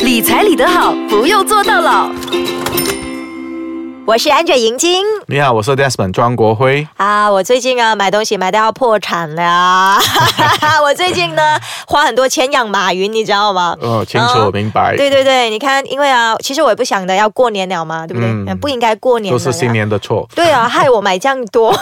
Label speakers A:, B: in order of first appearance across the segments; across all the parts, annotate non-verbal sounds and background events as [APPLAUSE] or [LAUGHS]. A: 理财理得好，不用做到老。
B: 我是安卷银晶
C: 你好，我是 Desmond 庄国辉。
B: 啊，我最近啊买东西买到要破产
C: [LAUGHS]
B: 了， [LAUGHS] 我最近呢花很多钱养马云，你知道吗？
C: 哦，清
B: 哦
C: 楚明白，
B: 对对对，你看，因为啊，其实我也不想的要过年了嘛，对不对？
C: 嗯
B: 嗯不应该过年
C: 都
B: 了
C: 是新年的错。
B: 对啊，害我买这样
C: [LAUGHS]
B: 多， [LAUGHS] 好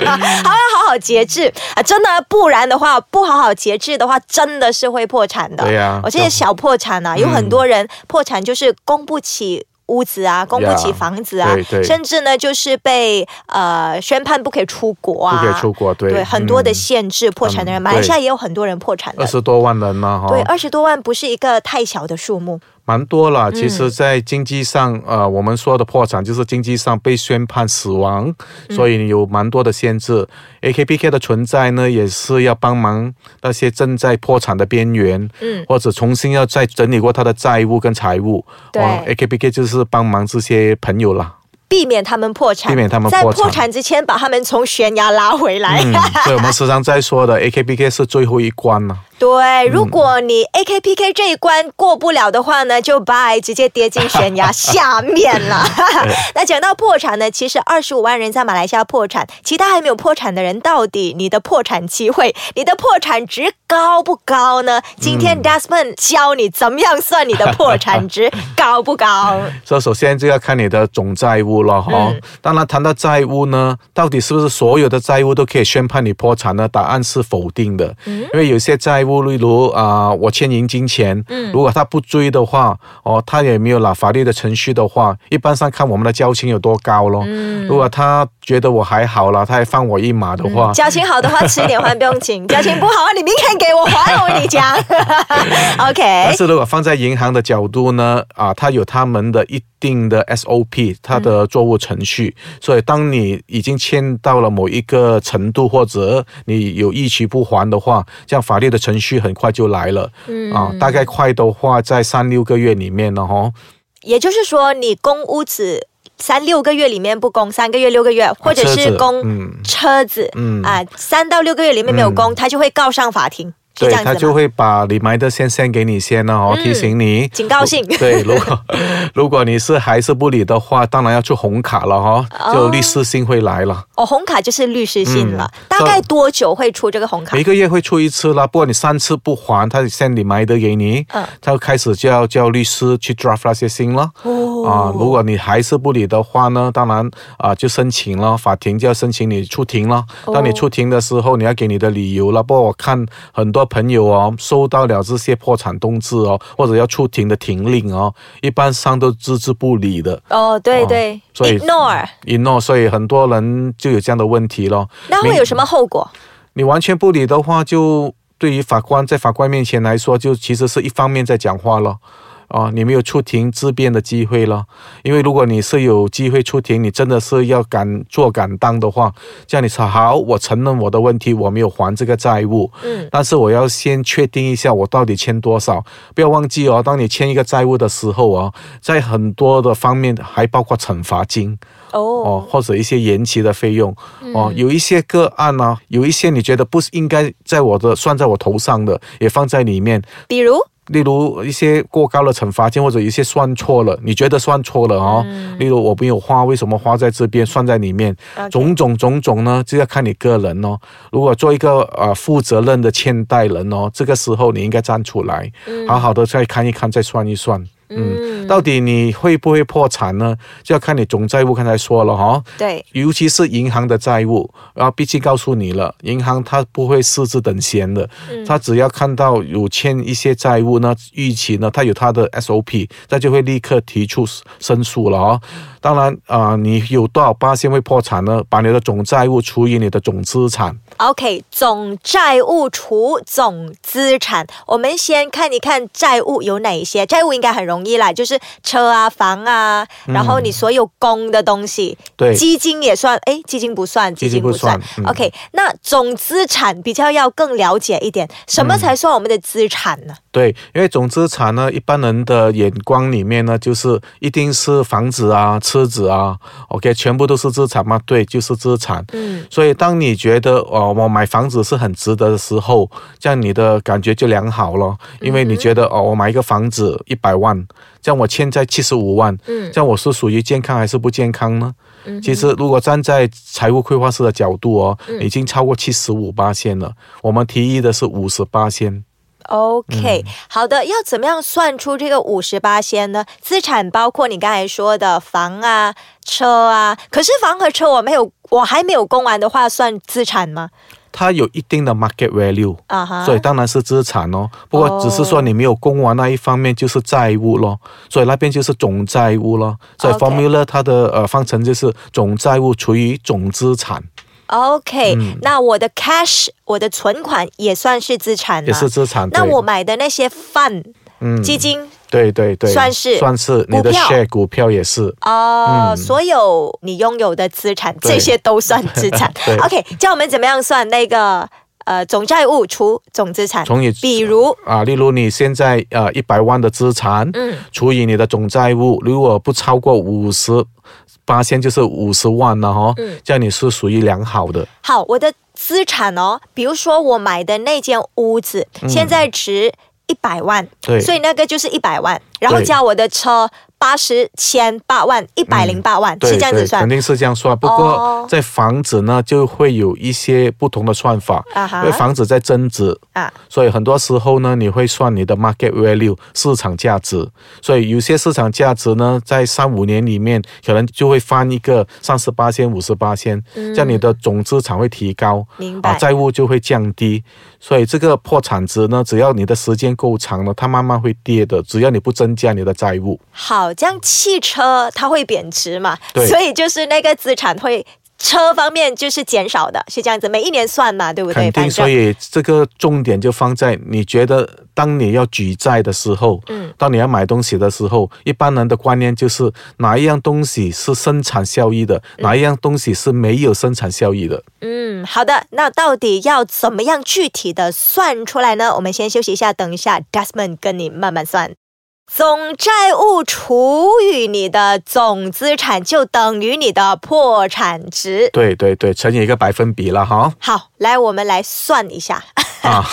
B: 要好好节制啊！真的，不然的话，不好好节制的话，真的是会破产的。
C: 对呀
B: 我这些小破产
C: 嗯
B: 啊，有很多人破产就是供不起。屋子啊，供不起房子啊
C: 对对
B: 甚至呢，就是被呃宣判不可以出国
C: 不
B: 啊，
C: 可以出国，对，
B: 很多的限制破产的人，
C: 嗯
B: 马来西亚
C: 对
B: 也有很多人破产的
C: 二，十多万人啊呢，哈，
B: 对，二十多万不是一个太小的数目，
C: 蛮多
B: 嗯
C: 了。其实，在经济上，呃，我们说的破产就是经济上被宣判死亡，
B: 嗯
C: 所以有蛮多的限制。AKPK 的存在呢，也是要帮忙那些正在破产的边缘，
B: 嗯，
C: 或者重新要再整理过他的债务跟财务。
B: 对
C: 哦，AKPK 就是帮忙这些朋友啦。
B: 避免他们破产，
C: 避免他们
B: 在
C: 破产
B: 破产之前把他们从悬崖拉回来。
C: 嗯，所以我们时常在说的 AKPK 是最后一关啊了。
B: 对，如果你 AKPK 这一关过不了的话呢，就 bye，直接跌进悬崖下面了。 [LAUGHS] 那讲到破产呢，其实二十五万人在马来西亚破产，其他还没有破产的人，到底你的破产机会、你的破产值高不高呢？今天 Desmond 教你怎么样算你的破产值高不高。
C: 所以首先就要看你的总债务了哦。当然，谈到债务呢，到底是不是所有的债务都可以宣判你破产呢？答案是否定的，因为有些债务，例如啊、我欠银金钱，如果他不追的话，哦，他也没有了法律的程序的话，一般上看我们的交情有多高咯。如果他觉得我还好了，他还放我一马的话，
B: 交情好的话迟点还不用紧，交情不好啊，你明天给我还，我跟你讲。OK [LAUGHS] 哎
C: 但。是如果放在银行的角度呢，啊，它有他们的一定的 SOP，它的作务程序。
B: 嗯
C: 所以，当你已经欠到了某一个程度，或者你有逾期不还的话，这样法律的程序很快就来了。嗯啊，大概快的话在三六个月里面哦呢，哈，
B: 也就是说，你供屋子三六个月里面不供，三个月、六个月，或者
C: 车
B: 是
C: 子
B: 供
C: 嗯
B: 车子，
C: 嗯
B: 啊，三到六个月里面没有供，他就会告上法庭，是这
C: 嗯对
B: 样
C: 他
B: 子
C: 就
B: 吗？
C: 会把你埋的先先给你先呢，哦，提醒你
B: 警告信
C: 对，如果如果你是还是不理的话，当然要出红卡了哈、哦，就律师信会来了。
B: 哦，红卡就是律师信了，大
C: 这
B: 概多久会出这个红卡
C: 每？个月会出一次啦，不过你三次不还，他先你埋的给你，
B: 嗯
C: 他开始就要叫律师去 draft 那些信了。
B: 哦
C: 啊，如果你还是不理的话呢，当然啊就申请了，法庭就要申请你出庭了。
B: 哦
C: 当你出庭的时候，你要给你的理由了。不过我看很多朋友哦，收到了这些破产通知哦，或者要出庭的庭令哦，一般上都置之不理的。
B: 哦，对对、
C: 所
B: i
C: 以
B: g n o r e
C: 一诺，所以很多人就有这样的问题咯。
B: 那会有什么后果？
C: 你完全不理的话，就对于法官在法官面前来说，就其实是一方面在讲话了。哦，你没有出庭自辩的机会了，因为如果你是有机会出庭，你真的是要敢做敢当的话，这样你说好，我承认我的问题，我没有还这个债务，
B: 嗯，
C: 但是我要先确定一下我到底欠多少。不要忘记哦，当你欠一个债务的时候哦，在很多的方面还包括惩罚金，
B: 哦
C: 哦，或者一些延期的费用哦，有一些个案呢、有一些你觉得不是应该在我的算在我头上的，也放在里面。
B: 比如
C: 例如一些过高的惩罚金，或者一些算错了，你觉得算错了哦。例如我没有花，为什么花在这边，算在里面
B: OK
C: 种种种种呢，就要看你个人哦。如果做一个呃负责任的欠贷人哦，这个时候你应该站出来，好好的再看一看，再算一算。嗯，到底你会不会破产呢？就要看你总债务，刚才说了哈、哦。
B: 对，
C: 尤其是银行的债务，然后毕竟告诉你了，银行它不会四字等闲的，它只要看到有欠一些债务呢，预期呢，它有它的 SOP，它就会立刻提出申诉了哦。当然啊、你有多少八千会破产呢？把你的总债务除以你的总资产，
B: OK，总债务除总资产，我们先看一看债务有哪一些。债务应该很容易啦，就是就是车啊、房啊，然后你所有公的东西，
C: 嗯对
B: 基金也算，哎，基金不算，
C: 基金不算嗯
B: OK，那总资产比较要更了解一点，什
C: 嗯
B: 么才算我们的资产呢？
C: 对，因为总资产呢，一般人的眼光里面呢，就是一定是房子啊、车子啊，OK，全部都是资产吗？对，就是资产。
B: 嗯，
C: 所以当你觉得哦，我买房子是很值得的时候，这样你的感觉就良好了，因为你觉得、哦，我买一个房子一百万，这样我欠债七十五万，
B: 嗯
C: 这样我是属于健康还是不健康呢？其实，如果站在财务规划师的角度哦，已经超过七十五八线了。我们提议的是五十八线。
B: OK，、好
C: 嗯
B: 的，要怎么样算出这个五十八先呢？资产包括你刚才说的房啊、车啊，可是房和车我没有，我还没有供完的话，算资产吗？
C: 它有一定的 market value，、
B: 啊哈，
C: 所以当然是资产哦。不过只是说你没有供完那一方面就是债务咯，所以那边就是总债务咯。所以
B: 哦 OK
C: formula 它的呃方程就是总债务除以总资产，
B: OK，、那
C: 嗯
B: 我的 cash，我的存款也算是资产吗？
C: 也是资产。
B: 那
C: 对
B: 我买的那些 fund、
C: 嗯
B: 基金
C: 对对对，
B: 算是
C: 算是你
B: 股
C: 的
B: 票
C: share 股票也是。
B: 哦、所有你拥有的资产，
C: 嗯对
B: 这些都算资产
C: [LAUGHS] 对。
B: OK，教我们怎么样算那个呃总债务除总资产，
C: 从你
B: 比如
C: 啊，例如你现在呃一百万的资产，
B: 嗯
C: 除以你的总债务，如果不超过五十八千，就是五十万了哦，
B: 嗯
C: 这样你是属于良好的。
B: 好，我的资产哦，比如说我买的那间屋子，现在值一百万，
C: 嗯对
B: 所以那个就是一百万，然后
C: 对
B: 加我的车八十千八万，一百零八万，
C: 嗯对
B: 是这样
C: 对
B: 子算
C: 肯。定是这样算。不
B: 哦
C: 过在房子呢，就会有一些不同的算法，
B: 啊哈
C: 因为房子在增值。
B: 啊，
C: 所以很多时候呢，你会算你的 market value 市场价值，所以有些市场价值呢，在三五年里面可能就会翻一个三十八千、五十八千，这样你的总资产会提高，
B: 嗯明白
C: 啊，债务就会降低。所以这个破产值呢，只要你的时间够长了，它慢慢会跌的，只要你不增加你的债务。
B: 好，这样汽车它会贬值嘛，
C: 对
B: 所以就是那个资产会。车方面就是减少的，是这样子，每一年算嘛，对不对？
C: 肯定，
B: 反
C: 所
B: 正
C: 以这个重点就放在你觉得，当你要举债的时候，
B: 嗯，
C: 当你要买东西的时候，一般人的观念就是哪一样东西是生产效益的，哪一样东西是没有生产效益的。
B: 嗯，好的。那到底要怎么样具体的算出来呢？我们先休息一下，等一下 Desmond 跟你慢慢算。总债务除以你的总资产，就等于你的破产值。
C: 对对对，乘以一个百分比
B: [LAUGHS]
C: 了哈
B: 好，来，我们来算一下。
C: 啊！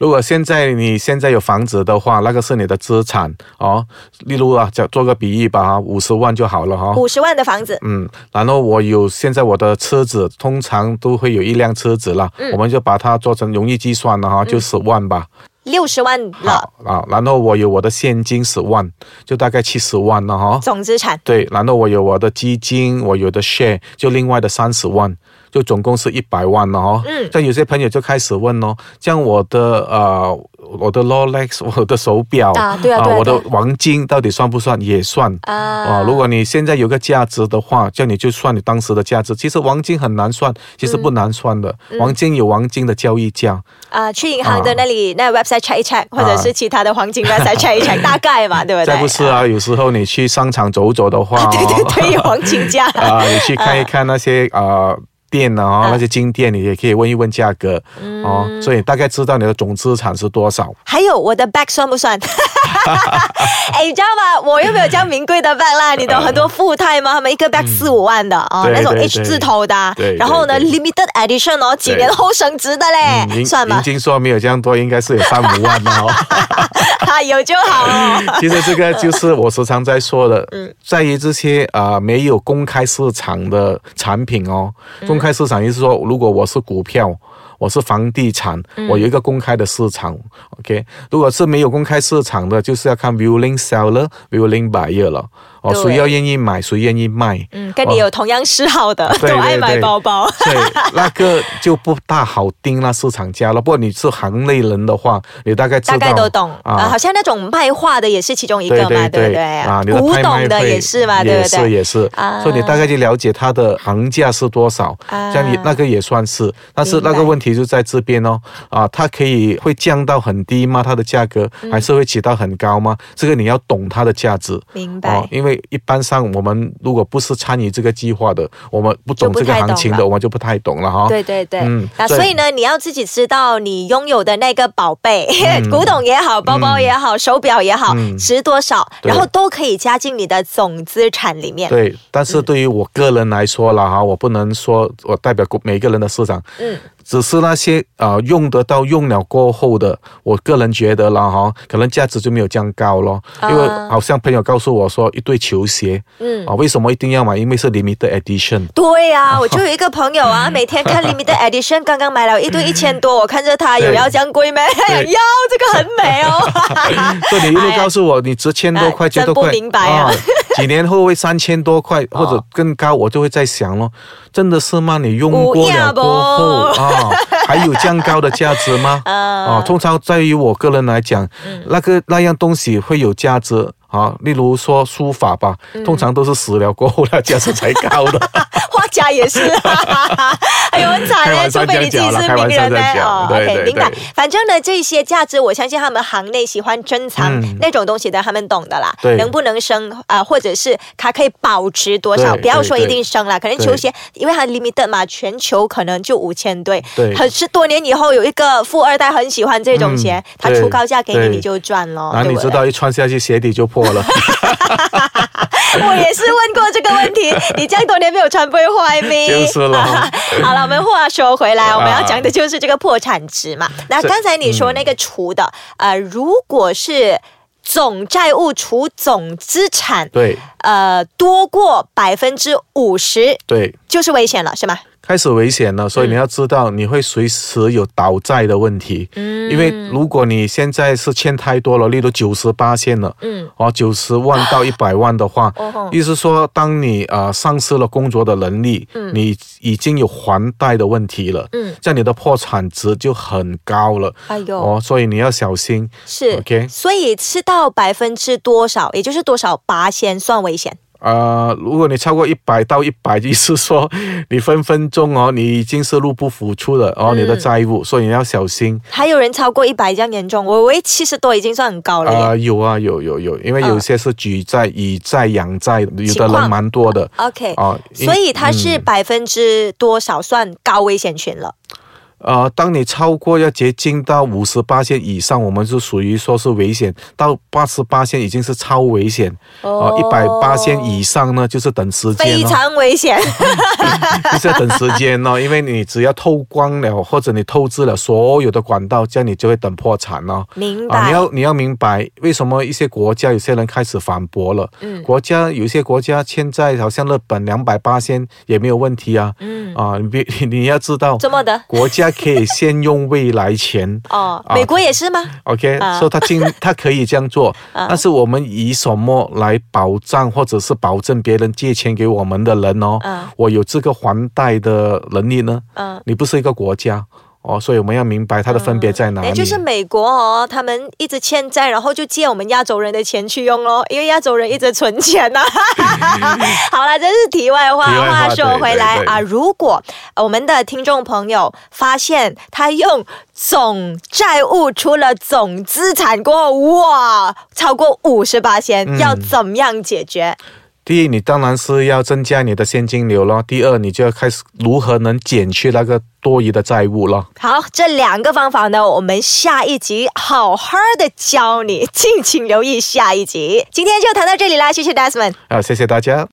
C: 如果现在你现在有房子的话，那个是你的资产哦。例如啊，讲做个比喻吧，五十万就好了哈。
B: 五十万的房子，
C: 嗯，然后我有现在我的车子，通常都会有一辆车子啦，
B: 嗯
C: 我们就把它做成容易计算了哈，就十万吧。
B: 六十万了
C: 好啊，然后我有我的现金十万，就大概七十万了哈。
B: 总资产。
C: 对，然后我有我的基金，我有的 share，就另外的三十万，就总共是一百万了哦。
B: 嗯
C: 像有些朋友就开始问哦，像我的呃，我的 Rolex，我的手表
B: 啊对啊对啊
C: 我的
B: 对啊
C: 黄金到底算不算？也算
B: 啊
C: 如果你现在有个价值的话，这样你就算你当时的价值。其实黄金很难算，其实不难算的，
B: 嗯
C: 黄金有黄金的交易价。
B: 啊、去银行的那里、那 website check 一 check，或者是其他的黄金 website check 一
C: [LAUGHS]
B: check，大概嘛，对不对？
C: 啊再不是啊，有时候你去商场走走的话、哦
B: 啊， [LAUGHS] 对对对，有黄金价。
C: [LAUGHS] 啊，你去看一看
B: [LAUGHS]
C: 那些啊。店啊，
B: 啊嗯
C: 那些金店，你也可以问一问价格、哦，所以大概知道你的总资产是多少。
B: 还有我的 bag 算不算？ [LAUGHS] 哎，你知道吗？我又没有这样名贵的 bag 啦，你懂很多富态吗？他们一个 bag 四五万的啊、哦
C: 嗯对
B: 那种
C: 对
B: H 字头的啊
C: 对对，
B: 然后呢
C: 对嗯
B: ，limited edition 哦，几年后升值的嘞，
C: 银
B: 哎 [LAUGHS] 算
C: 银
B: 吗？
C: 金说没有这样多，应该是有三五万的哦。
B: 哈，哎有就好
C: [LAUGHS]
B: 哦。
C: 其实这个就是我时常在说的，
B: 嗯
C: 在于这些啊、呃没有公开市场的产品哦。
B: 嗯
C: 公开市场意思说，如果我是股票。我是房地产，
B: 嗯
C: 我有一个公开的市场、o k 如果是没有公开市场的，就是要看 willing seller、willing buyer 了。哦，
B: 对
C: 谁要愿意买，谁愿意卖。
B: 嗯，跟你有同样嗜好的，
C: 哦对
B: 都爱
C: 对
B: 买
C: 对
B: 包包。
C: 所以那个就不大好盯那市场价了。不过你是行内人的话，你大概知
B: 大
C: 道
B: 概都懂啊、
C: 啊
B: 好像那种卖画的也是其中一个嘛，
C: 对
B: 对不对？
C: 啊，你的
B: 古
C: 拍卖
B: 董的
C: 会
B: 也是嘛，对
C: 也
B: 不
C: 是
B: 对？
C: 也是
B: 啊，
C: 所以你大概就了解它的行价是多少，
B: 啊
C: 这样你那个也算是，但是那个问题就在这边哦，啊，它可以会降到很低吗？它的价格
B: 嗯
C: 还是会起到很高吗？这个你要懂它的价值。
B: 明白。
C: 哦，因为一般上我们如果不是参与这个计划的，我们不懂
B: 就不
C: 这个
B: 太懂
C: 行情的，
B: 了
C: 我们就不太懂了哈。
B: 对对对，
C: 嗯
B: 那
C: 所以
B: 所以呢，你要自己知道你拥有的那个宝贝，古董也好，包包也好，手表也好，
C: 嗯
B: 值多少，
C: 对
B: 然后都可以加进你的总资产里面。嗯
C: 对，但是对于我个人来说了哈，我不能说我代表每个人的市场，
B: 嗯，
C: 只是那些呃用得到用了过后的，我个人觉得了哈，可能价值就没有这样高咯。因为
B: 啊
C: 好像朋友告诉我说，一对球鞋，
B: 嗯
C: 啊，为什么一定要买？因为是 limited edition。
B: 对呀、
C: [LAUGHS]
B: 我就有一个朋友啊，每天看 Limited Edition，刚刚买了一对一千多，我看着他有
C: 对
B: 要这样贵吗？[LAUGHS]
C: 对
B: 要，这个很美哦。 [LAUGHS]
C: 所以你一路
B: 哎呀
C: 告诉我，你值千多块、
B: 哎
C: 千多
B: 真
C: 块，
B: 不明白啊哦
C: 几年后会三千多块
B: [LAUGHS]
C: 或者更高，我就会在想咯，真的是吗？你用过了过后
B: 有
C: 啊，还有这样高的价值
B: [LAUGHS]
C: 吗？
B: 嗯
C: 啊，通常在于我个人来讲，那个那样东西会有价值。啊，例如说书法吧，
B: 嗯
C: 通常都是死了过后那价值才高
B: [LAUGHS]
C: 的。
B: 画家也是 [LAUGHS] 啦，哎呦，很惨
C: 开
B: 嘞，
C: 玩
B: 除
C: 笑
B: 非你自己是名人
C: 这
B: 呢
C: 样。讲
B: 哦
C: 对
B: ，OK，
C: 对
B: 明白
C: 对。
B: 反正呢，这些价值，我相信他们行内喜欢珍藏
C: 嗯
B: 那种东西的，他们懂的啦。
C: 对
B: 能不能升啊、或者是它可以保值多少？
C: 对
B: 不要说
C: 对
B: 一定升啦，可能
C: 对
B: 球鞋，因为它 limited 嘛，全球可能就五千对。
C: 对
B: 很十多年以后，有一个富二代很喜欢这种鞋
C: 嗯，
B: 他出高价给
C: 对
B: 你，你就赚咯。
C: 然后
B: 对
C: 你
B: 不
C: 知
B: 哦对？
C: 道一穿下去鞋底就破了，
B: [LAUGHS] 我也是问过这个问题，你这样多年没有穿不会
C: [LAUGHS]
B: 坏咩？
C: 就是咯
B: [LAUGHS] 好了，我们话说回来，
C: 啊
B: 我们要讲的就是这个破产值嘛。那
C: 这
B: 刚才你说那个除的，
C: 嗯
B: 呃，如果是总债务除总资产，
C: 对
B: 呃，多过百分之五十
C: 对，
B: 就是危险了，是吗？
C: 开始危险了，
B: 嗯
C: 所以你要知道，你会随时有倒债的问题。嗯，因为如果你现在是欠太多了，例如九十八线了，
B: 嗯，
C: 哦，九十万到一百万的话，
B: 哦吼
C: 意思说，当你呃丧失了工作的能力，你已经有还贷的问题了，
B: 嗯，
C: 这样你的破产值就很高了。
B: 哎呦，
C: 哦，所以你要小心。
B: 是
C: OK
B: 所以吃到百分之多少，也就是多少八先算危险。
C: 呃，如果你超过一百到一百， [LAUGHS] 意思说你分分钟哦，你已经是入不敷出了
B: 嗯
C: 哦，你的债务，所以你要小心。
B: 还有人超过一百这样严重，我我以为七十多已经算很高了耶。
C: 啊、有啊，有有有，因为
B: 嗯
C: 有些是举债、以债养债，有
B: 情
C: 的
B: 况
C: 人蛮多的。
B: OK，、
C: 啊因
B: 所以它是百分之多少算高危险群了？
C: 呃，当你超过要接近到五十八线以上，我们是属于说是危险；到八十八线已经是超危险，哦、一百八线以上呢，就是等时间
B: 非
C: 哦，
B: 常危险。
C: [LAUGHS] 就是要等时间哦，因为你只要透光了，或者你透支了所有的管道，这样你就会等破产哦。
B: 明
C: 啊，
B: 白。
C: 你要你要明白为什么一些国家有些人开始反驳了。
B: 嗯
C: 国家有些国家现在好像日本两百八千也没有问题啊。
B: 嗯
C: 啊，你别 [LAUGHS] 你要知道，
B: 怎么 [LAUGHS] 的？
C: 国家可以先用未来钱
B: 哦，
C: 啊
B: 美国也是吗？
C: ，OK，
B: 啊
C: 说、他今他可以这样做，
B: [LAUGHS]
C: 但是我们以什么来保障或者是保证别人借钱给我们的人哦？
B: 啊
C: 我有这个还贷的能力呢？
B: 嗯。
C: 你不是一个国家哦，所以我们要明白它的分别在哪
B: 嗯
C: 里。
B: 也哎就是美国哦，他们一直欠债，然后就借我们亚洲人的钱去用咯，因为亚洲人一直存钱呐、 [LAUGHS] 好了，这是题外话。
C: 题外话
B: 话说回来
C: 对对对
B: 啊，如果呃我们的听众朋友发现他用总债务除了总资产过后，哇，超过五十八
C: 嗯
B: 千，要怎么样解决？
C: 第一，你当然是要增加你的现金流咯；第二，你就要开始如何能减去那个多余的债务咯。
B: 好，这两个方法呢，我们下一集好好的教你，敬请留意下一集。今天就谈到这里啦，谢谢 Desmond。
C: 啊，谢谢大家。